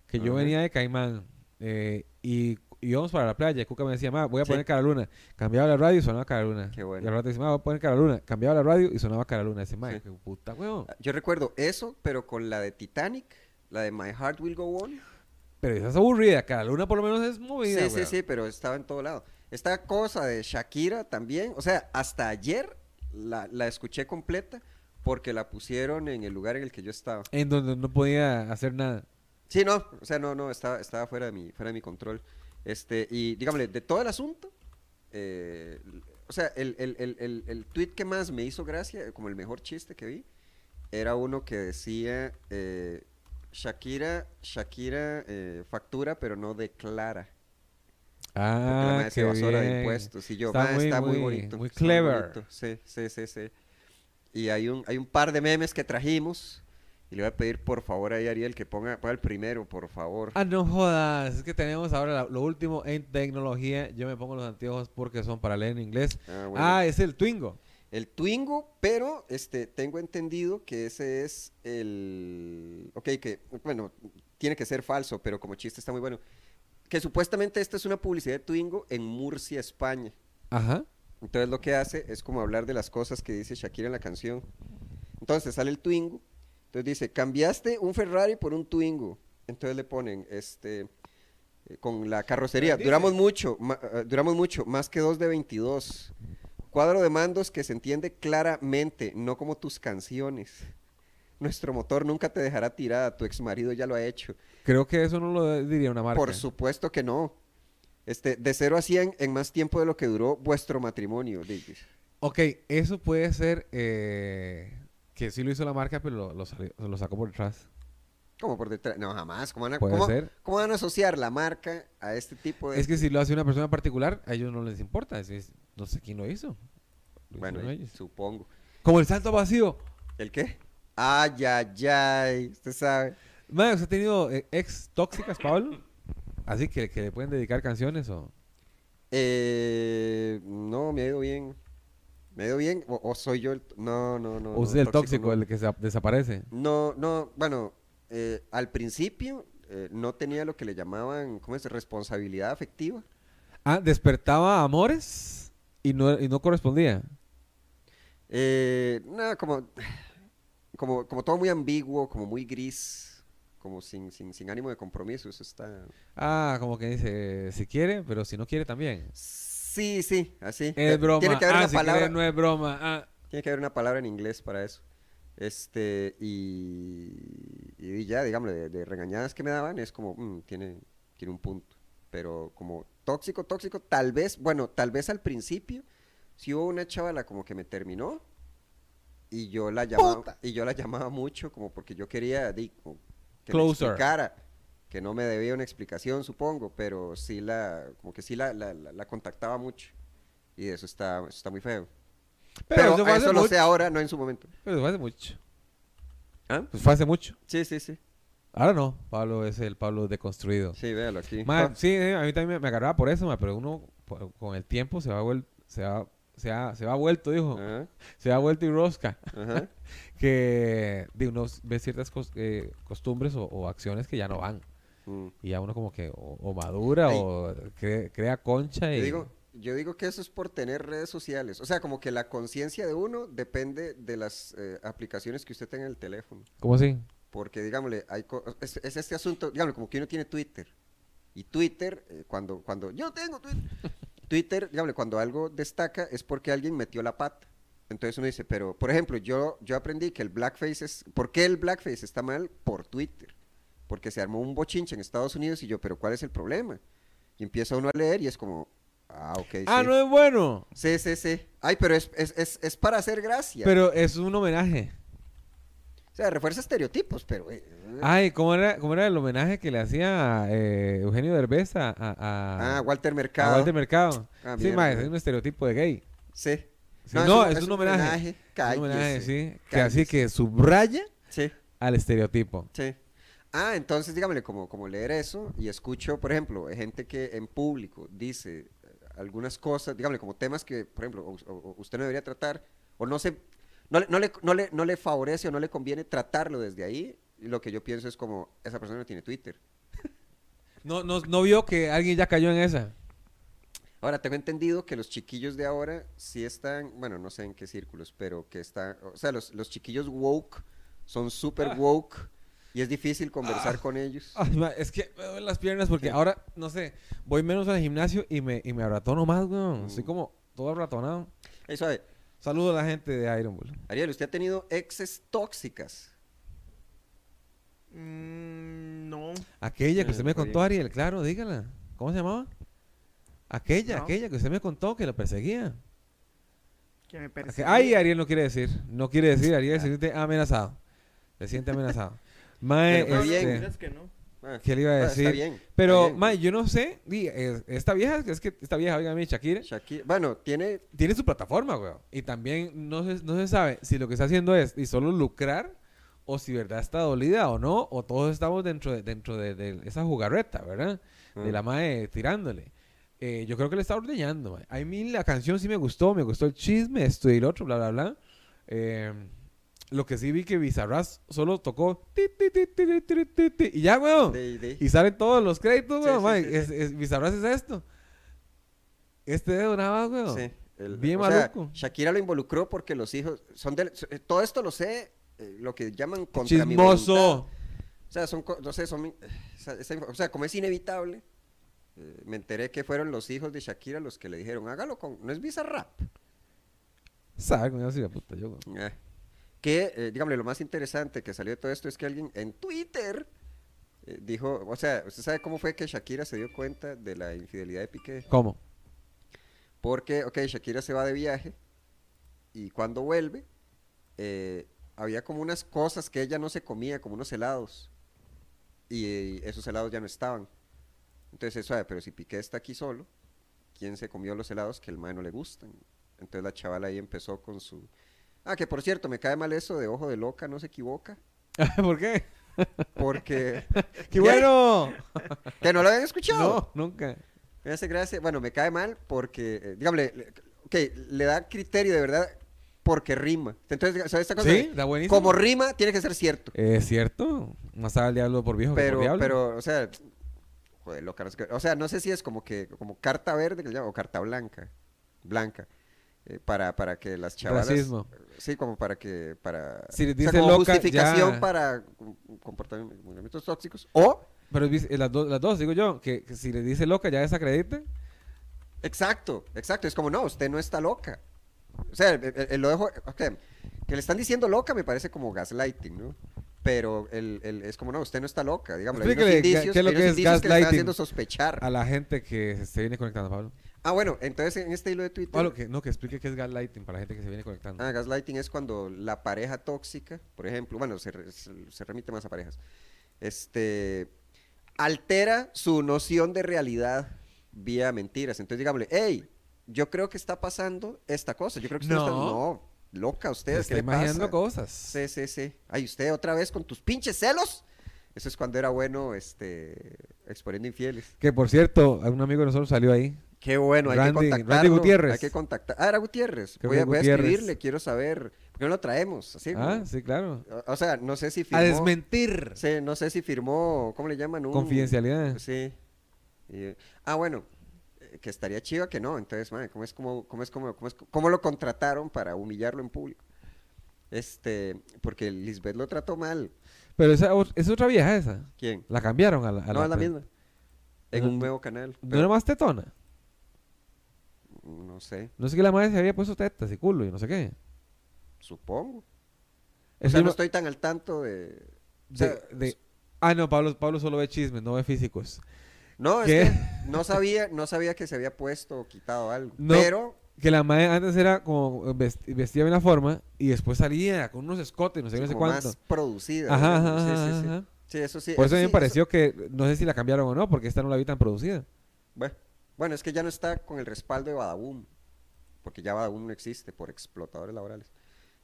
[SPEAKER 1] Que yo
[SPEAKER 2] Ajá.
[SPEAKER 1] venía de Caimán eh, y y íbamos para la playa. y Cuca me decía, ma, voy a
[SPEAKER 2] Sí.
[SPEAKER 1] poner Caraluna. Cambiaba la radio y sonaba Caraluna.
[SPEAKER 2] Qué bueno.
[SPEAKER 1] Y al rato decía, ma, voy a poner Caraluna. Cambiaba la radio y sonaba Caraluna. Dice, ma,
[SPEAKER 2] Sí.
[SPEAKER 1] qué puta huevo.
[SPEAKER 2] Yo recuerdo eso, pero con la de Titanic, la de My Heart Will Go On.
[SPEAKER 1] Pero esa es aburrida. Caraluna por lo menos es movida.
[SPEAKER 2] sí, sí,
[SPEAKER 1] weón.
[SPEAKER 2] sí, pero estaba en todo lado. Esta cosa de Shakira también, o sea, hasta ayer la, la escuché completa porque la pusieron en el lugar en el que yo estaba.
[SPEAKER 1] En donde no podía hacer nada.
[SPEAKER 2] Sí, no, o sea, no, no, estaba, estaba fuera de mi, fuera de mi control. Este, y dígame, de todo el asunto, eh, l- o sea, el, el, el, el, el tweet que más me hizo gracia, eh, como el mejor chiste que vi, era uno que decía eh, Shakira, Shakira eh, factura pero no declara. Porque la
[SPEAKER 1] Ah,
[SPEAKER 2] madre
[SPEAKER 1] qué
[SPEAKER 2] se evasora de
[SPEAKER 1] bien.
[SPEAKER 2] impuestos. Y yo,
[SPEAKER 1] Está
[SPEAKER 2] "Ma,
[SPEAKER 1] muy,
[SPEAKER 2] está muy,
[SPEAKER 1] muy-
[SPEAKER 2] bonito.
[SPEAKER 1] muy
[SPEAKER 2] está
[SPEAKER 1] clever.
[SPEAKER 2] bonito". Sí, sí, sí, sí. Y hay un, hay un par de memes que trajimos. Y le voy a pedir, por favor, ahí a Ariel que ponga, ponga el primero, por favor.
[SPEAKER 1] Ah, no jodas, es que tenemos ahora la- lo último en tecnología. Yo me pongo los anteojos porque son para leer en inglés.
[SPEAKER 2] Ah, bueno.
[SPEAKER 1] Ah, es el Twingo.
[SPEAKER 2] El Twingo, pero este, tengo entendido que ese es el... Ok, que, bueno, tiene que ser falso, pero como chiste está muy bueno. Que supuestamente esta es una publicidad de Twingo en Murcia, España.
[SPEAKER 1] Ajá.
[SPEAKER 2] Entonces lo que hace es como hablar de las cosas que dice Shakira en la canción. Entonces sale el Twingo. Entonces dice, cambiaste un Ferrari por un Twingo. Entonces le ponen, este, eh, con la carrocería,
[SPEAKER 1] Dice-
[SPEAKER 2] duramos mucho, ma- eh, duramos mucho, más que dos de 22. Cuadro de mandos que se entiende claramente, no como tus canciones. Nuestro motor nunca te dejará tirada, tu ex marido ya lo ha hecho.
[SPEAKER 1] Creo que eso no lo diría una marca.
[SPEAKER 2] Por supuesto que no. Este, de 0 a 100 en más tiempo de lo que duró vuestro matrimonio. Dick.
[SPEAKER 1] Ok, eso puede ser eh, que sí lo hizo la marca, pero lo, lo salió- lo sacó por detrás.
[SPEAKER 2] Como por detrás. No, jamás. ¿Cómo van, a,
[SPEAKER 1] Puede
[SPEAKER 2] cómo-
[SPEAKER 1] ser.
[SPEAKER 2] cómo van a asociar la marca a este tipo de.?
[SPEAKER 1] Es que si lo hace una persona particular, a ellos no les importa. es- es- no sé quién lo hizo. Lo
[SPEAKER 2] bueno,
[SPEAKER 1] hicieron
[SPEAKER 2] y-
[SPEAKER 1] ellos.
[SPEAKER 2] supongo.
[SPEAKER 1] Como el salto vacío.
[SPEAKER 2] ¿El qué? Ay, ay, ay. Usted sabe.
[SPEAKER 1] Madre, ¿usted ha tenido eh, ex tóxicas, Pablo? Así que, que le pueden dedicar canciones o...
[SPEAKER 2] Eh, no, me ha ido bien. ¿Me ha ido bien? ¿O, o soy yo el.? t- No, no, no.
[SPEAKER 1] o
[SPEAKER 2] no,
[SPEAKER 1] usted es el tóxico,
[SPEAKER 2] no.
[SPEAKER 1] el que se- desaparece.
[SPEAKER 2] No, no, bueno, eh, al principio eh, no tenía lo que le llamaban, ¿cómo es? Responsabilidad afectiva.
[SPEAKER 1] Ah, despertaba amores y no, y no correspondía.
[SPEAKER 2] Eh, nada, como, como, como todo muy ambiguo, como muy gris, como sin, sin, sin ánimo de compromiso, eso está...
[SPEAKER 1] Ah, como que dice, si quiere, pero si no quiere también.
[SPEAKER 2] Sí, sí, así. Eh,
[SPEAKER 1] Es broma.
[SPEAKER 2] Tiene que haber
[SPEAKER 1] ah,
[SPEAKER 2] una
[SPEAKER 1] si
[SPEAKER 2] palabra,
[SPEAKER 1] quiere no es broma. Ah.
[SPEAKER 2] tiene que haber una palabra en inglés para eso. Este, y, y ya, digamos, de, de regañadas que me daban, es como, mm, tiene, tiene un punto. Pero como tóxico, tóxico, tal vez, bueno, tal vez al principio, si hubo una chavala como que me terminó, y yo la llamaba, y yo la llamaba mucho, como porque yo quería di, como que me
[SPEAKER 1] Closer.
[SPEAKER 2] explicara, que no me debía una explicación, supongo, pero sí la, como que sí la, la- la- la contactaba mucho. Y eso está, eso está muy feo. Pero,
[SPEAKER 1] eso fue hace
[SPEAKER 2] eso lo
[SPEAKER 1] mucho.
[SPEAKER 2] sé ahora, no en su momento.
[SPEAKER 1] Pero eso fue hace mucho.
[SPEAKER 2] ¿Ah?
[SPEAKER 1] Pues fue hace mucho.
[SPEAKER 2] Sí, sí, sí.
[SPEAKER 1] Ahora no. Pablo es el Pablo deconstruido.
[SPEAKER 2] Sí, véalo aquí.
[SPEAKER 1] Ma,
[SPEAKER 2] Ah,
[SPEAKER 1] sí, eh, a mí también me, me agarraba por eso, ma, pero uno por- con el tiempo se va vuel- se va, se ha, se va vuelto, dijo.
[SPEAKER 2] Ajá,
[SPEAKER 1] Se va vuelto y rosca.
[SPEAKER 2] Ah, ajá.
[SPEAKER 1] Que de uno ve ciertas cos- eh, costumbres o- o acciones que ya no van.
[SPEAKER 2] Mm.
[SPEAKER 1] Y ya uno como que o, o madura
[SPEAKER 2] Ay.
[SPEAKER 1] o cre- crea concha
[SPEAKER 2] Te
[SPEAKER 1] y...
[SPEAKER 2] digo, Yo digo que eso es por tener redes sociales. O sea, como que la conciencia de uno depende de las eh, aplicaciones que usted tenga en el teléfono.
[SPEAKER 1] ¿Cómo así?
[SPEAKER 2] Porque, digámosle, hay co- es, es este asunto, digámosle, como que uno tiene Twitter. Y Twitter, eh, cuando, cuando yo tengo Twitter, Twitter, digámosle, cuando algo destaca es porque alguien metió la pata. Entonces uno dice, pero, por ejemplo, yo, yo aprendí que el blackface es, ¿por qué el blackface está mal? Por Twitter. Porque se armó un bochinche en Estados Unidos y yo, pero ¿cuál es el problema? Y empieza uno a leer y es como, ah, ok.
[SPEAKER 1] Ah,
[SPEAKER 2] sí.
[SPEAKER 1] no es bueno.
[SPEAKER 2] Sí, sí, sí. Ay, pero es, es, es, es para hacer gracia.
[SPEAKER 1] Pero es un homenaje.
[SPEAKER 2] O sea, refuerza estereotipos, pero... eh,
[SPEAKER 1] Ay, ¿cómo era, cómo era el homenaje que le hacía eh, Eugenio Derbez a, a- a-
[SPEAKER 2] ah, Walter
[SPEAKER 1] a
[SPEAKER 2] Mercado.
[SPEAKER 1] Walter Mercado?
[SPEAKER 2] Ah,
[SPEAKER 1] sí,
[SPEAKER 2] mierda.
[SPEAKER 1] mae, es un estereotipo de gay.
[SPEAKER 2] Sí.
[SPEAKER 1] Sí, no, es un homenaje. Es un homenaje,
[SPEAKER 2] cállese,
[SPEAKER 1] sí. Que así
[SPEAKER 2] cállese.
[SPEAKER 1] que subraya
[SPEAKER 2] Sí,
[SPEAKER 1] al estereotipo.
[SPEAKER 2] sí. Ah, entonces dígamele, como, como leer eso y escucho, por ejemplo, gente que en público dice eh, algunas cosas, dígamele, como temas que, por ejemplo, o- o- o usted no debería tratar, o no se, no le, no, le, no, le, no le favorece o no le conviene tratarlo desde ahí, y lo que yo pienso es como, esa persona no tiene Twitter.
[SPEAKER 1] No, no, no vio que alguien ya cayó en esa.
[SPEAKER 2] Ahora, tengo entendido que los chiquillos de ahora sí están, bueno, no sé en qué círculos, pero que están, o sea, los, los chiquillos woke son súper
[SPEAKER 1] Ah.
[SPEAKER 2] woke y es difícil conversar con ellos.
[SPEAKER 1] Ay, ma, es que me duelen las piernas porque ahora, no sé, voy menos al gimnasio y me, y me abratono más, weón. Estoy
[SPEAKER 2] Mm.
[SPEAKER 1] como todo abratonado.
[SPEAKER 2] Ey, suave.
[SPEAKER 1] Saludo a la gente de Iron Bull.
[SPEAKER 2] Ariel, usted ha tenido exes tóxicas.
[SPEAKER 3] Mm, no.
[SPEAKER 1] Aquella que
[SPEAKER 2] Ah,
[SPEAKER 1] usted me
[SPEAKER 2] está
[SPEAKER 1] contó, Ariel, claro, dígala. ¿Cómo se llamaba? Aquella,
[SPEAKER 3] No.
[SPEAKER 1] aquella que usted me contó que la perseguía.
[SPEAKER 3] Que me
[SPEAKER 1] Aque-
[SPEAKER 3] parece.
[SPEAKER 1] Ay, Ariel no quiere decir. No quiere decir, Ariel se siente amenazado. Se siente amenazado. Mae,
[SPEAKER 2] Pero fue
[SPEAKER 1] este,
[SPEAKER 2] bien.
[SPEAKER 3] miras que no.
[SPEAKER 2] Ah,
[SPEAKER 1] ¿qué le iba a
[SPEAKER 2] ah,
[SPEAKER 1] decir?
[SPEAKER 2] Está bien.
[SPEAKER 1] Pero,
[SPEAKER 2] está bien.
[SPEAKER 1] mae, yo no sé. di, es- Esta vieja, es que esta vieja, oigan, mi Shakira,
[SPEAKER 2] Shakira- bueno, tiene,
[SPEAKER 1] tiene su plataforma, weón. Y también no se, no se sabe si lo que está haciendo es y solo lucrar o si verdad está dolida o no, o todos estamos dentro de, dentro de, de esa jugarreta, ¿verdad? De
[SPEAKER 2] Ah.
[SPEAKER 1] la mae tirándole. Eh, yo creo que le está ordeñando, mae. A mí la canción sí me gustó, me gustó el chisme, esto y el otro, bla, bla, bla. Eh, lo que sí vi que Bizarras solo tocó ti, ti, ti, ti, ti, ti, ti, ti, y ya, weón.
[SPEAKER 2] de- de-
[SPEAKER 1] Y salen todos los créditos,
[SPEAKER 2] Sí,
[SPEAKER 1] weón.
[SPEAKER 2] sí,
[SPEAKER 1] mae.
[SPEAKER 2] sí, sí.
[SPEAKER 1] Es, es- Bizarras es esto. Este dedo nada más, weón.
[SPEAKER 2] sí, el-
[SPEAKER 1] bien
[SPEAKER 2] o sea,
[SPEAKER 1] maluco.
[SPEAKER 2] Shakira lo involucró porque los hijos son de, todo esto lo sé, eh, lo que llaman contra mi voluntad.
[SPEAKER 1] Chismoso.
[SPEAKER 2] O sea, son, co- no sé, son, eh, esa- esa info- o sea, como es inevitable, eh, me enteré que fueron los hijos de Shakira los que le dijeron, hágalo con, no es Bizarrap.
[SPEAKER 1] Sabe cómo yo soy la puta, yo, weón.
[SPEAKER 2] Eh, Que, eh, dígame, lo más interesante que salió de todo esto es que alguien en Twitter eh, dijo, o sea, ¿usted sabe cómo fue que Shakira se dio cuenta de la infidelidad de Piqué?
[SPEAKER 1] ¿Cómo?
[SPEAKER 2] Porque, ok, Shakira se va de viaje y cuando vuelve, eh, había como unas cosas que ella no se comía, como unos helados. Y eh, esos helados ya no estaban. Entonces, suave, pero si Piqué está aquí solo, ¿quién se comió los helados que el mae no le gustan? Entonces la chavala ahí empezó con su... Ah, que por cierto, me cae mal eso de ojo de loca, no se equivoca.
[SPEAKER 1] ¿Por qué?
[SPEAKER 2] Porque...
[SPEAKER 1] ¡Qué bueno!
[SPEAKER 2] ¿Que no lo habían escuchado?
[SPEAKER 1] No, nunca.
[SPEAKER 2] Me hace gracia, bueno, me cae mal porque, eh, dígame, le- ok, le da criterio de verdad porque rima. Entonces, diga- o sea, esta cosa
[SPEAKER 1] Sí,
[SPEAKER 2] de,
[SPEAKER 1] la buenísima.
[SPEAKER 2] como rima tiene que ser cierto.
[SPEAKER 1] Es cierto. Más sabe el diablo por viejo que
[SPEAKER 2] pero,
[SPEAKER 1] por diablo.
[SPEAKER 2] pero, o sea, joder, loca, no sé qué- o sea, no sé si es como que, como carta verde que le llaman, o carta blanca, blanca, eh, para, para que las chavalas... eh,
[SPEAKER 1] Racismo.
[SPEAKER 2] Sí, como para que, para...
[SPEAKER 1] Si les
[SPEAKER 2] o sea,
[SPEAKER 1] dice
[SPEAKER 2] como
[SPEAKER 1] loca,
[SPEAKER 2] justificación
[SPEAKER 1] ya.
[SPEAKER 2] para comportamientos tóxicos. O,
[SPEAKER 1] Pero es bis- eh, las, dos- las dos, digo yo, que, que si le dice loca ya desacredita.
[SPEAKER 2] Exacto, exacto. Es como, no, usted no está loca. O sea, el, el- el lo dejo. ok, Que le están diciendo loca me parece como gaslighting, ¿no? Pero el, el- es como, no, usted no está loca. Digamos, hay unos
[SPEAKER 1] Explíquele, ¿qué-
[SPEAKER 2] indicios,
[SPEAKER 1] qué es lo
[SPEAKER 2] hay unos
[SPEAKER 1] que es
[SPEAKER 2] indicios le están
[SPEAKER 1] gaslighting?
[SPEAKER 2] haciendo sospechar.
[SPEAKER 1] A la gente que se viene conectando, Pablo.
[SPEAKER 2] Ah, bueno, entonces en este hilo de Twitter.
[SPEAKER 1] Pablo, que, no, que explique qué es gaslighting para la gente que se viene conectando.
[SPEAKER 2] Ah, gaslighting es cuando la pareja tóxica, por ejemplo, bueno, se, re- se- se remite más a parejas, este, altera su noción de realidad vía mentiras. Entonces, digámosle, hey, yo creo que está pasando esta cosa. Yo creo que usted
[SPEAKER 1] No.
[SPEAKER 2] está... No, loca
[SPEAKER 1] Se
[SPEAKER 2] ustedes,
[SPEAKER 1] está
[SPEAKER 2] ¿qué le
[SPEAKER 1] imaginando
[SPEAKER 2] pasa?
[SPEAKER 1] cosas.
[SPEAKER 2] Sí, sí, sí. Ay, usted otra vez con tus pinches celos. Eso es cuando era bueno, este, exponiendo infieles.
[SPEAKER 1] Que por cierto, un amigo de nosotros salió ahí.
[SPEAKER 2] Qué bueno, hay
[SPEAKER 1] Randy-
[SPEAKER 2] que
[SPEAKER 1] Randy
[SPEAKER 2] contactarlo.
[SPEAKER 1] Gutiérrez.
[SPEAKER 2] Hay que contactar. Ah, era Gutiérrez.
[SPEAKER 1] Creo
[SPEAKER 2] Voy
[SPEAKER 1] que
[SPEAKER 2] a, voy a
[SPEAKER 1] Gutiérrez.
[SPEAKER 2] escribirle, quiero saber. ¿Por qué no lo traemos? Así,
[SPEAKER 1] Ah,
[SPEAKER 2] ¿no?
[SPEAKER 1] sí, claro.
[SPEAKER 2] O- O sea, no sé si
[SPEAKER 1] A
[SPEAKER 2] firmó.
[SPEAKER 1] desmentir.
[SPEAKER 2] sí, no Pues sé si firmó, ¿cómo le llaman? Un-
[SPEAKER 1] Confidencialidad.
[SPEAKER 2] Sí. Y, eh, ah, bueno. eh, eh, que estaría chiva que no. Entonces, madre, ¿cómo es como, cómo es como, cómo es cómo lo contrataron para humillarlo en público? Este, porque Lisbeth lo trató mal.
[SPEAKER 1] Pero esa ot- es otra vieja esa.
[SPEAKER 2] ¿Quién?
[SPEAKER 1] La cambiaron a la. a
[SPEAKER 2] no, es la
[SPEAKER 1] pe-
[SPEAKER 2] misma. En
[SPEAKER 1] No,
[SPEAKER 2] un nuevo canal.
[SPEAKER 1] ¿No
[SPEAKER 2] pero
[SPEAKER 1] era más tetona?
[SPEAKER 2] no sé,
[SPEAKER 1] No sé que la madre se había puesto tetas y culo y no sé qué.
[SPEAKER 2] supongo. O
[SPEAKER 1] Es
[SPEAKER 2] sea,
[SPEAKER 1] que
[SPEAKER 2] no
[SPEAKER 1] no-
[SPEAKER 2] estoy tan al tanto de. o
[SPEAKER 1] de-
[SPEAKER 2] sea,
[SPEAKER 1] de- Ah, no, Pablo, Pablo solo ve chismes, no ve físicos.
[SPEAKER 2] No, es
[SPEAKER 1] ¿Qué?
[SPEAKER 2] que no sabía, no sabía que se había puesto o quitado algo.
[SPEAKER 1] No.
[SPEAKER 2] Pero
[SPEAKER 1] Que la madre antes era como vest- vestía bien la forma y después salía con unos escotes, no sé, qué, no sé
[SPEAKER 2] como
[SPEAKER 1] cuánto.
[SPEAKER 2] más producida.
[SPEAKER 1] Ajá,
[SPEAKER 2] digamos.
[SPEAKER 1] ajá,
[SPEAKER 2] sí, sí, sí.
[SPEAKER 1] ajá.
[SPEAKER 2] Sí, eso sí.
[SPEAKER 1] Por eso a
[SPEAKER 2] sí,
[SPEAKER 1] mí me pareció que no sé si la cambiaron o no, porque esta no la vi tan producida.
[SPEAKER 2] Bueno, bueno, es que ya no está con el respaldo de Badaboom. Porque ya Badaboom no existe por explotadores laborales.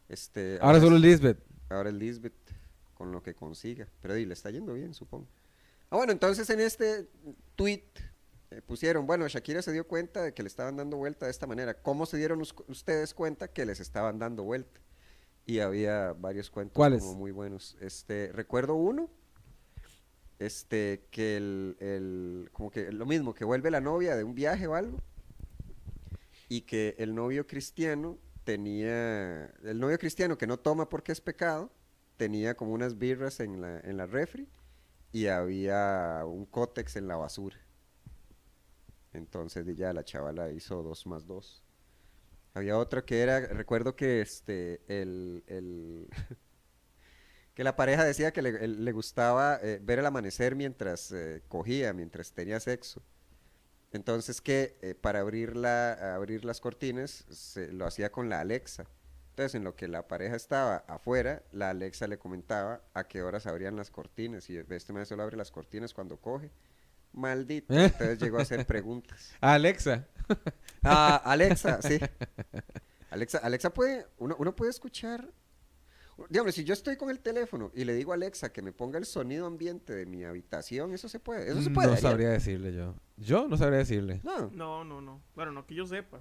[SPEAKER 2] Este,
[SPEAKER 1] Ahora
[SPEAKER 2] es-
[SPEAKER 1] solo Lisbeth.
[SPEAKER 2] Ahora el Lisbeth con lo que consiga. Pero y, le está yendo bien, supongo. Ah, bueno, entonces en este tweet eh, pusieron, bueno, Shakira se dio cuenta de que le estaban dando vuelta de esta manera. ¿Cómo se dieron us- ustedes cuenta que les estaban dando vuelta? Y había varios cuentos
[SPEAKER 1] ¿Cuáles?
[SPEAKER 2] como muy buenos. Este, recuerdo uno, este, que el, el- como que lo mismo, que vuelve la novia de un viaje o algo, y que el novio cristiano tenía, el novio cristiano que no toma porque es pecado, tenía como unas birras en la, en la refri y había un cótex en la basura. Entonces di, ya la chavala hizo dos más dos. Había otro que era, recuerdo que este, el, el- que la pareja decía que le, el- le gustaba eh, ver el amanecer mientras eh, cogía, mientras tenía sexo. Entonces que eh, para abrir, la, abrir las cortinas se, lo hacía con la Alexa. Entonces en lo que la pareja estaba afuera, la Alexa le comentaba a qué horas abrían las cortinas. Y este maestro solo abre las cortinas cuando coge. Maldito. Entonces llegó a hacer preguntas.
[SPEAKER 1] Alexa.
[SPEAKER 2] Ah, Alexa, sí. Alexa, Alexa puede, uno, uno puede escuchar. Dígame, si yo estoy con el teléfono y le digo a Alexa que me ponga el sonido ambiente de mi habitación, eso se puede. Eso se puede.
[SPEAKER 1] Mm, No
[SPEAKER 2] Ariel?
[SPEAKER 1] sabría decirle yo. Yo no sabría decirle.
[SPEAKER 2] No,
[SPEAKER 3] No, no, no. Bueno, no que yo sepa.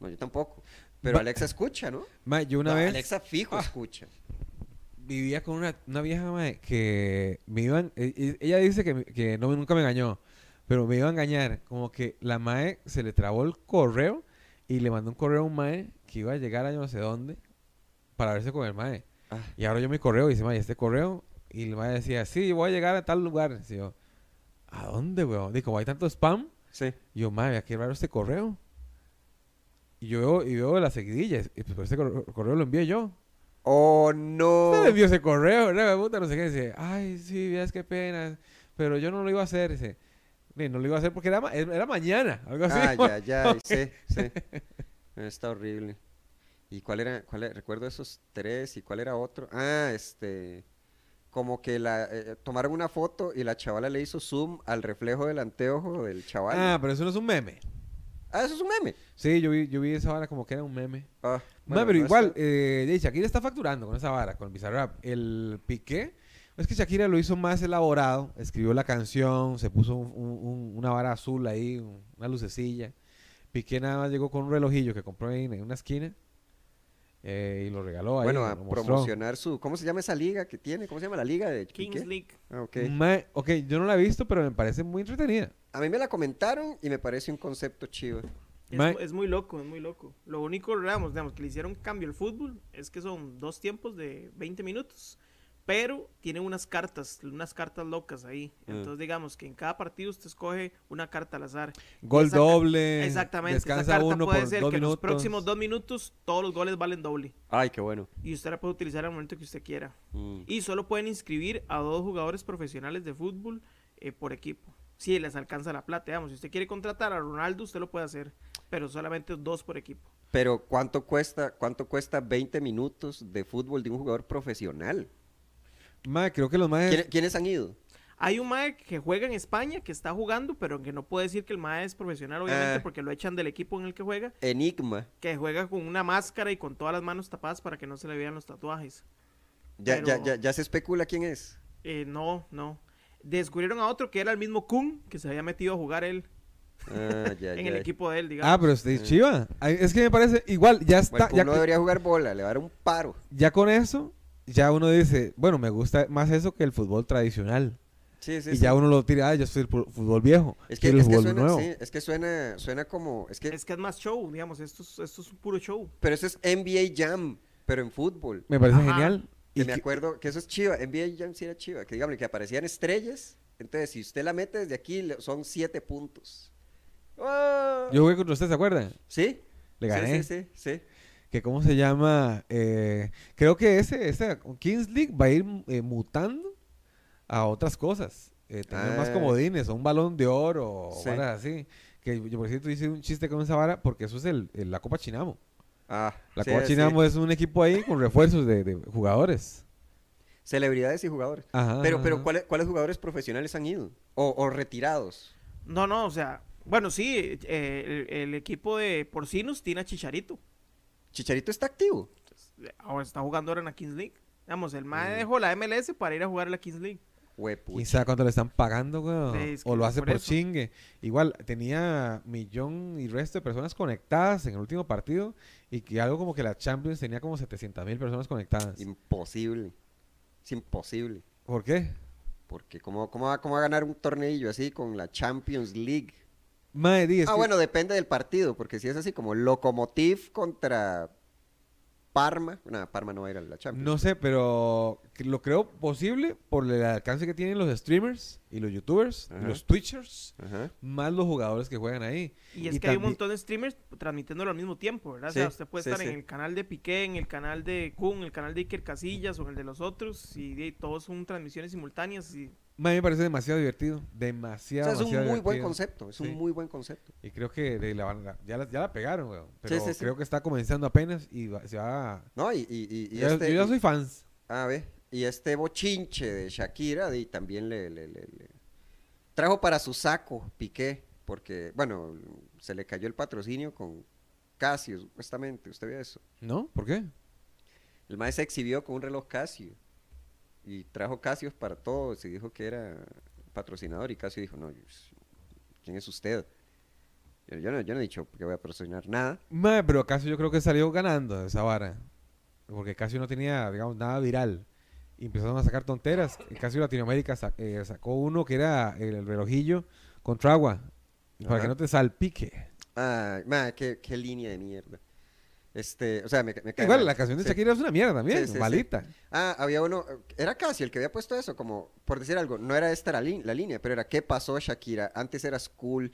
[SPEAKER 2] no, yo tampoco. Pero
[SPEAKER 1] Va-
[SPEAKER 2] Alexa escucha, ¿no?
[SPEAKER 1] Ma, yo una
[SPEAKER 2] No,
[SPEAKER 1] vez Ah.
[SPEAKER 2] Alexa fijo escucha.
[SPEAKER 1] vivía con una, una vieja mae, que me iban. e- e- Ella dice que, me- que no, nunca me engañó, pero me iba a engañar. Como que la mae se le trabó el correo y le mandó un correo a un mae que iba a llegar a yo no sé dónde para verse con el mae.
[SPEAKER 2] Ah.
[SPEAKER 1] Y ahora yo mi correo y dice, mae, este correo. Y el mae decía, sí, voy a llegar a tal lugar. Y yo, ¿a dónde, weón? Y como hay tanto spam,
[SPEAKER 2] Sí.
[SPEAKER 1] y yo, madre, qué raro este correo. Y yo veo, y veo las seguidillas. Y pues pero este correo, correo lo envié yo.
[SPEAKER 2] Oh, no.
[SPEAKER 1] Usted envió ese correo, ¿verdad? Me puta, no sé qué. Dice, ay, sí, veas qué pena. Pero yo no lo iba a hacer. Dice, "Ni, no lo iba a hacer porque era, ma- era mañana. Algo así.
[SPEAKER 2] Ah, ya, ya, sí, sí. Está horrible. ¿Y cuál era, cuál era- Recuerdo esos tres y cuál era otro. Ah, este, como que la eh, tomaron una foto y la chavala le hizo zoom al reflejo del anteojo del chaval.
[SPEAKER 1] Ah,
[SPEAKER 2] Ah,
[SPEAKER 1] pero eso no es un meme.
[SPEAKER 2] eso es un meme.
[SPEAKER 1] Sí, yo vi, yo vi esa vara como que era un meme.
[SPEAKER 2] Ah,
[SPEAKER 1] Ma,
[SPEAKER 2] bueno,
[SPEAKER 1] pero
[SPEAKER 2] no
[SPEAKER 1] igual,
[SPEAKER 2] está-
[SPEAKER 1] eh, de Shakira está facturando con esa vara, con Bizarrap. El Piqué, es que Shakira lo hizo más elaborado, escribió la canción, se puso un- un- un- una vara azul ahí, un- una lucecilla. Piqué nada más llegó con un relojillo que compró en, en una esquina eh, y lo regaló ahí.
[SPEAKER 2] bueno, a
[SPEAKER 1] lo mostró.
[SPEAKER 2] promocionar su, ¿cómo se llama esa liga que tiene? ¿Cómo se llama la liga de Piqué?
[SPEAKER 3] Kings League.
[SPEAKER 2] Ah, ok.
[SPEAKER 1] Ma- ok, yo no la he visto, pero me parece muy entretenida.
[SPEAKER 2] A mí me la comentaron y me parece un concepto chido.
[SPEAKER 3] Es,
[SPEAKER 1] Mae.
[SPEAKER 3] mu- es muy loco, es muy loco. Lo único, digamos, digamos, que le hicieron cambio al fútbol es que son dos tiempos de 20 minutos, pero tienen unas cartas, unas cartas locas ahí.
[SPEAKER 1] Ah.
[SPEAKER 2] Mm.
[SPEAKER 3] Entonces, digamos que en cada partido usted escoge una carta al azar.
[SPEAKER 1] Gol
[SPEAKER 3] Esa ca-
[SPEAKER 1] doble.
[SPEAKER 3] Exactamente. esa
[SPEAKER 1] Eh, Descansa
[SPEAKER 3] carta
[SPEAKER 1] uno
[SPEAKER 3] puede
[SPEAKER 1] por
[SPEAKER 3] ser
[SPEAKER 1] dos
[SPEAKER 3] que en los
[SPEAKER 1] minutos.
[SPEAKER 3] próximos dos minutos todos los goles valen doble.
[SPEAKER 2] Ay, qué bueno.
[SPEAKER 3] Y usted la puede utilizar al momento que usted quiera.
[SPEAKER 2] Mm.
[SPEAKER 3] Y solo pueden inscribir a dos jugadores profesionales de fútbol eh, por equipo. Si les alcanza la plata, digamos, si usted quiere contratar a Ronaldo, usted lo puede hacer, pero solamente dos por equipo.
[SPEAKER 2] Pero ¿cuánto cuesta, cuánto cuesta 20 minutos de fútbol de un jugador profesional?
[SPEAKER 1] Ma, creo que los más.
[SPEAKER 2] ¿Quién- ¿Quiénes han ido?
[SPEAKER 3] Hay un mae que juega en España, que está jugando, pero que no puede decir que el mae es profesional, obviamente,
[SPEAKER 2] Ah.
[SPEAKER 3] porque lo echan del equipo en el que juega,
[SPEAKER 2] Enigma.
[SPEAKER 3] que juega con una máscara y con todas las manos tapadas para que no se le vean los tatuajes.
[SPEAKER 2] Ya, ya,
[SPEAKER 3] Pero-
[SPEAKER 2] ya, ya se especula quién es.
[SPEAKER 3] Eh, no, no. Descubrieron a otro que era el mismo Kun, que se había metido a jugar él
[SPEAKER 2] Ah, ya,
[SPEAKER 3] en
[SPEAKER 2] ya.
[SPEAKER 3] el equipo de él, digamos.
[SPEAKER 1] Ah, pero usted chiva. Ay, Es que me parece igual, ya
[SPEAKER 2] Bueno,
[SPEAKER 1] está.
[SPEAKER 2] pues
[SPEAKER 1] ya
[SPEAKER 2] uno
[SPEAKER 1] que-
[SPEAKER 2] debería jugar bola, le va a dar un paro.
[SPEAKER 1] ya con eso, ya uno dice, bueno, me gusta más eso que el fútbol tradicional.
[SPEAKER 2] Sí, sí,
[SPEAKER 1] y
[SPEAKER 2] sí.
[SPEAKER 1] ya uno lo tira, ah, yo soy el pu- fútbol viejo.
[SPEAKER 2] Es que,
[SPEAKER 1] quiero el
[SPEAKER 2] es que
[SPEAKER 1] fútbol
[SPEAKER 2] suena,
[SPEAKER 1] nuevo.
[SPEAKER 2] sí, es que suena, suena como. Es que,
[SPEAKER 3] Es que es más show, digamos, esto es, esto es un puro show.
[SPEAKER 2] Pero eso es NBA Jam, pero en fútbol.
[SPEAKER 1] Me parece
[SPEAKER 3] Ajá.
[SPEAKER 1] genial.
[SPEAKER 2] Que
[SPEAKER 1] Y
[SPEAKER 2] me
[SPEAKER 1] que-
[SPEAKER 2] acuerdo que eso es chiva. NBA Jam sí era chiva. Que digamos que aparecían estrellas. Entonces, si usted la mete desde aquí, le- son siete puntos. ¡Ah!
[SPEAKER 1] yo jugué contra usted, ¿se acuerdan?
[SPEAKER 2] ¿Sí?
[SPEAKER 1] Le
[SPEAKER 2] Sí,
[SPEAKER 1] gané.
[SPEAKER 2] Sí, sí, sí.
[SPEAKER 1] Que cómo se llama. Eh, creo que ese, ese Kings League va a ir eh, mutando a otras cosas. Eh, tener más
[SPEAKER 2] Ah.
[SPEAKER 1] comodines, o un balón de oro, o
[SPEAKER 2] Sí.
[SPEAKER 1] varas así. Que yo, por cierto, hice un chiste con esa vara porque eso es el, el- la Copa Chinamo.
[SPEAKER 2] Ah,
[SPEAKER 1] La
[SPEAKER 2] sí,
[SPEAKER 1] Copa
[SPEAKER 2] sí.
[SPEAKER 1] Chinamo es un equipo ahí con refuerzos de, de jugadores.
[SPEAKER 2] Celebridades y jugadores.
[SPEAKER 1] Ajá,
[SPEAKER 2] Pero,
[SPEAKER 1] ajá,
[SPEAKER 2] pero
[SPEAKER 1] ajá.
[SPEAKER 2] ¿cuáles, ¿cuáles jugadores profesionales han ido? O, o retirados.
[SPEAKER 3] No, no, o sea, bueno, sí, eh, el, el equipo de Porcinos tiene a Chicharito. Eh,
[SPEAKER 2] Chicharito está activo.
[SPEAKER 3] Ahora está jugando ahora en la Kings League. Digamos, el MAE
[SPEAKER 2] Mm.
[SPEAKER 3] dejó la MLS para ir a jugar a la Kings League.
[SPEAKER 2] Huepucha.
[SPEAKER 1] ¿Quién sabe cuánto le están pagando, weón?
[SPEAKER 3] Sí, es
[SPEAKER 1] o
[SPEAKER 3] que
[SPEAKER 1] lo hace
[SPEAKER 3] por
[SPEAKER 1] por,
[SPEAKER 3] eso.
[SPEAKER 1] chingue. Igual, tenía millón y resto de personas conectadas en el último partido y que algo como que la Champions tenía como 700 mil personas conectadas.
[SPEAKER 2] Imposible. Es imposible.
[SPEAKER 1] ¿Por qué?
[SPEAKER 2] Porque ¿cómo, cómo, va, ¿cómo va a ganar un torneillo así con la Champions League?
[SPEAKER 1] Madre di, es
[SPEAKER 2] ah,
[SPEAKER 1] que-
[SPEAKER 2] bueno, depende del partido, porque si es así como Locomotiv contra Parma, nada, Parma no va a ir a la Champions.
[SPEAKER 1] no sé, pero que lo creo posible por el alcance que tienen los streamers y los youtubers y
[SPEAKER 2] Ajá.
[SPEAKER 1] los twitchers,
[SPEAKER 2] Ajá.
[SPEAKER 1] más los jugadores que juegan ahí.
[SPEAKER 3] Y es
[SPEAKER 1] Y
[SPEAKER 3] que hay un
[SPEAKER 1] tambi-
[SPEAKER 3] montón de streamers transmitiéndolo al mismo tiempo, ¿verdad?
[SPEAKER 2] Sí,
[SPEAKER 3] o sea, usted puede
[SPEAKER 2] sí,
[SPEAKER 3] estar
[SPEAKER 2] sí.
[SPEAKER 3] en el canal de Piqué, en el canal de Kun, en el canal de Iker Casillas o en el de los otros. Y, de- todos son transmisiones simultáneas. Y
[SPEAKER 1] Mae, me parece demasiado divertido.
[SPEAKER 2] O
[SPEAKER 1] Demasiado,
[SPEAKER 2] sea, es un muy
[SPEAKER 1] demasiado
[SPEAKER 2] buen
[SPEAKER 1] divertido.
[SPEAKER 2] concepto, es
[SPEAKER 1] Sí.
[SPEAKER 2] un muy buen concepto.
[SPEAKER 1] Y creo que de la, van- la- ya, la, ya la pegaron, weón. Pero
[SPEAKER 2] sí, sí.
[SPEAKER 1] creo que está comenzando apenas y va- se va.
[SPEAKER 2] No, y, y- y- y
[SPEAKER 1] yo,
[SPEAKER 2] este,
[SPEAKER 1] yo ya
[SPEAKER 2] y-
[SPEAKER 1] soy fans.
[SPEAKER 2] ah, ve, y este bochinche de Shakira y también le, le- le- le- trajo para su saco Piqué, porque, bueno, se le cayó el patrocinio con Casio, supuestamente, usted vio eso.
[SPEAKER 1] ¿No? ¿Por qué?
[SPEAKER 2] El maestro se exhibió con un reloj Casio y trajo Casios para todos y dijo que era patrocinador y Casio dijo, no, yo- ¿quién es usted? Yo, yo no, yo no he dicho que voy a patrocinar nada.
[SPEAKER 1] Mae, pero Casio yo creo que salió ganando esa vara. Porque Casio no tenía, digamos, nada viral. Y empezaron a sacar tonteras. En Casio Latinoamérica sa- eh, sacó uno que era el, el relojillo contra agua. Para
[SPEAKER 2] Ajá.
[SPEAKER 1] que no te salpique.
[SPEAKER 2] Ay, ma, qué, qué línea de mierda. Este, o sea, me, ca- me cae
[SPEAKER 1] Igual,
[SPEAKER 2] mal.
[SPEAKER 1] la canción de
[SPEAKER 2] Sí.
[SPEAKER 1] Shakira es una mierda también,
[SPEAKER 2] Sí, sí, sí.
[SPEAKER 1] malita.
[SPEAKER 2] Ah, había uno, era Casio el que había puesto eso, como por decir algo, no era esta la, lin- la línea, pero era ¿qué pasó Shakira? Antes eras cool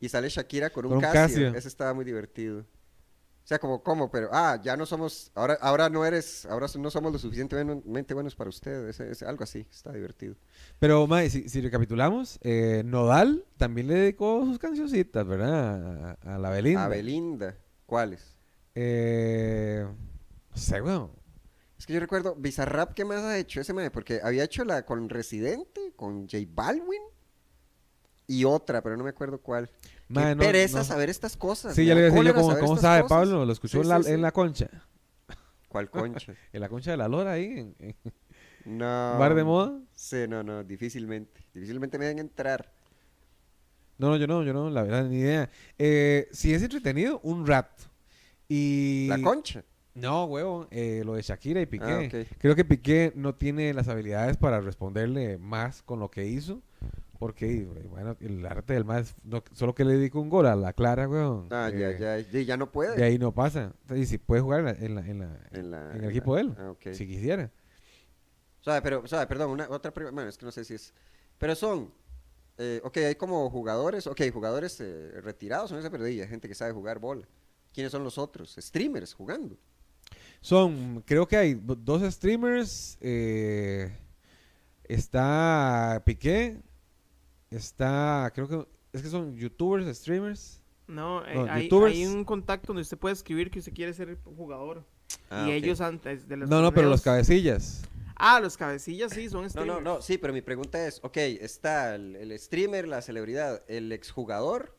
[SPEAKER 2] y sale Shakira con un,
[SPEAKER 1] Con un
[SPEAKER 2] Casio.
[SPEAKER 1] Casio.
[SPEAKER 2] Eso estaba muy divertido. O sea, como, ¿cómo? Pero, ah, ya no somos, ahora, ahora no eres, ahora no somos lo suficientemente buenos para usted. Es, es algo así, está divertido.
[SPEAKER 1] Pero, mae, si, si recapitulamos, eh, Nodal también le dedicó sus cancioncitas, ¿verdad? A, a la Belinda.
[SPEAKER 2] A Belinda, ¿cuáles?
[SPEAKER 1] Eh, no sé, weón.
[SPEAKER 2] Es que yo recuerdo, Bizarrap, ¿qué más ha hecho ese mae? Porque había hecho la con Residente, con J Balvin y otra, pero no me acuerdo cuál.
[SPEAKER 1] Mae,
[SPEAKER 2] Qué
[SPEAKER 1] no-
[SPEAKER 2] pereza
[SPEAKER 1] no-
[SPEAKER 2] saber estas cosas.
[SPEAKER 1] Sí,
[SPEAKER 2] me
[SPEAKER 1] ya
[SPEAKER 2] da
[SPEAKER 1] le iba a decir yo
[SPEAKER 2] cólera
[SPEAKER 1] cómo,
[SPEAKER 2] saber
[SPEAKER 1] cómo
[SPEAKER 2] estas
[SPEAKER 1] sabe,
[SPEAKER 2] cosas.
[SPEAKER 1] Pablo, lo escuchó
[SPEAKER 2] Sí,
[SPEAKER 1] en, la,
[SPEAKER 2] sí, sí.
[SPEAKER 1] en la concha.
[SPEAKER 2] ¿Cuál concha?
[SPEAKER 1] En la concha de la lora ahí, en, en
[SPEAKER 2] No.
[SPEAKER 1] bar de moda.
[SPEAKER 2] Sí, no, no, difícilmente. Difícilmente me dejan entrar.
[SPEAKER 1] No, no, yo no, yo no, la verdad, ni idea. Eh, si es entretenido, un rato. Y...
[SPEAKER 2] La concha.
[SPEAKER 1] No, huevo, eh, lo de Shakira y Piqué.
[SPEAKER 2] Ah, ok.
[SPEAKER 1] Creo que Piqué no tiene las habilidades para responderle más con lo que hizo. Porque, y, bueno, el arte del más... no- solo que le dedicó un gol a la Clara, huevón.
[SPEAKER 2] Ah, ya,
[SPEAKER 1] eh,
[SPEAKER 2] ya, ya, ya no puede.
[SPEAKER 1] De ahí no pasa. Y si puede jugar en, la- en la- en la-
[SPEAKER 2] En la-
[SPEAKER 1] en
[SPEAKER 2] en
[SPEAKER 1] el equipo
[SPEAKER 2] la-
[SPEAKER 1] de él,
[SPEAKER 2] ah, ok.
[SPEAKER 1] si quisiera.
[SPEAKER 2] O sea, pero, o sea, perdón, una, otra pre- Bueno, es que no sé si es. Pero son. eh, ok, hay como jugadores. Ok, jugadores eh, retirados, no sé, pero hay gente que sabe jugar bola. ¿Quiénes son los otros? Streamers jugando.
[SPEAKER 1] Son, creo que hay do- dos streamers. eh, está Piqué. Está, creo que es que son youtubers, streamers.
[SPEAKER 3] no, eh,
[SPEAKER 1] No,
[SPEAKER 3] hay,
[SPEAKER 1] youtubers.
[SPEAKER 3] hay un contacto donde usted puede escribir que usted quiere ser jugador.
[SPEAKER 2] Ah,
[SPEAKER 3] y
[SPEAKER 2] ok.
[SPEAKER 3] ellos antes de los
[SPEAKER 1] No, no, pero los
[SPEAKER 3] torneos-
[SPEAKER 1] cabecillas.
[SPEAKER 3] Ah, los cabecillas sí, son
[SPEAKER 2] No,
[SPEAKER 3] streamers.
[SPEAKER 2] no, no, sí, pero mi pregunta es, ok, está el, el streamer, la celebridad, el exjugador,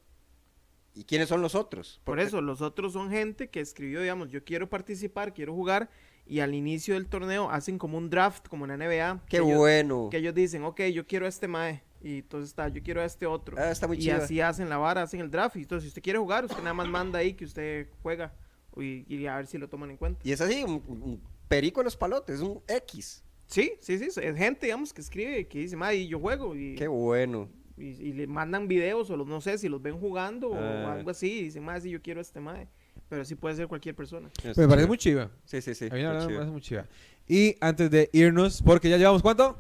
[SPEAKER 2] ¿y quiénes son los otros?
[SPEAKER 3] Por
[SPEAKER 2] Porque-
[SPEAKER 3] eso, los otros son gente que escribió, digamos, yo quiero participar, quiero jugar, y al inicio del torneo hacen como un draft, como en la NBA.
[SPEAKER 2] Qué
[SPEAKER 3] que ellos-
[SPEAKER 2] bueno.
[SPEAKER 3] que ellos dicen, ok, yo quiero a este mae, y entonces está, yo quiero a este otro.
[SPEAKER 2] Ah, está muy
[SPEAKER 3] y
[SPEAKER 2] chiva.
[SPEAKER 3] así hacen la vara, hacen el draft, y entonces si usted quiere jugar, usted nada más manda ahí que usted juega, y, y a ver si lo toman en cuenta.
[SPEAKER 2] Y es así, un, un perico en los palotes, un X.
[SPEAKER 3] Sí, sí, sí. Es gente, digamos, que escribe, que dice, madre, yo juego. Y,
[SPEAKER 2] Qué bueno.
[SPEAKER 3] y, y le mandan videos o los, no sé si los ven jugando o
[SPEAKER 2] Ah.
[SPEAKER 3] algo así. Y dicen, madre, sí, yo quiero a este madre. Pero sí puede ser cualquier persona.
[SPEAKER 2] Eso
[SPEAKER 1] me
[SPEAKER 2] es
[SPEAKER 1] parece
[SPEAKER 2] chido.
[SPEAKER 1] muy chiva.
[SPEAKER 2] Sí, sí, sí.
[SPEAKER 1] A mí la
[SPEAKER 2] muy
[SPEAKER 1] verdad me
[SPEAKER 2] chido.
[SPEAKER 1] parece muy chiva. Y antes de irnos, porque ya llevamos cuánto?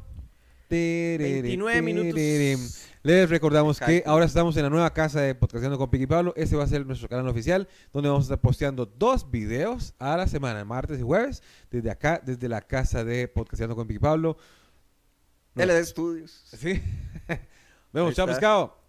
[SPEAKER 1] Tereré,
[SPEAKER 3] 29
[SPEAKER 1] tereré.
[SPEAKER 3] minutos.
[SPEAKER 1] Les recordamos que
[SPEAKER 2] Exacto.
[SPEAKER 1] ahora estamos en la nueva casa de Podcastando con Piqui Pablo. Este va a ser nuestro canal oficial, donde vamos a estar posteando dos videos a la semana, martes y jueves, desde acá, desde la casa de Podcastando con Piqui Pablo.
[SPEAKER 2] LD Studios.
[SPEAKER 1] Sí. Vemos,
[SPEAKER 2] Ahí
[SPEAKER 1] chao,
[SPEAKER 2] está.
[SPEAKER 1] pescado.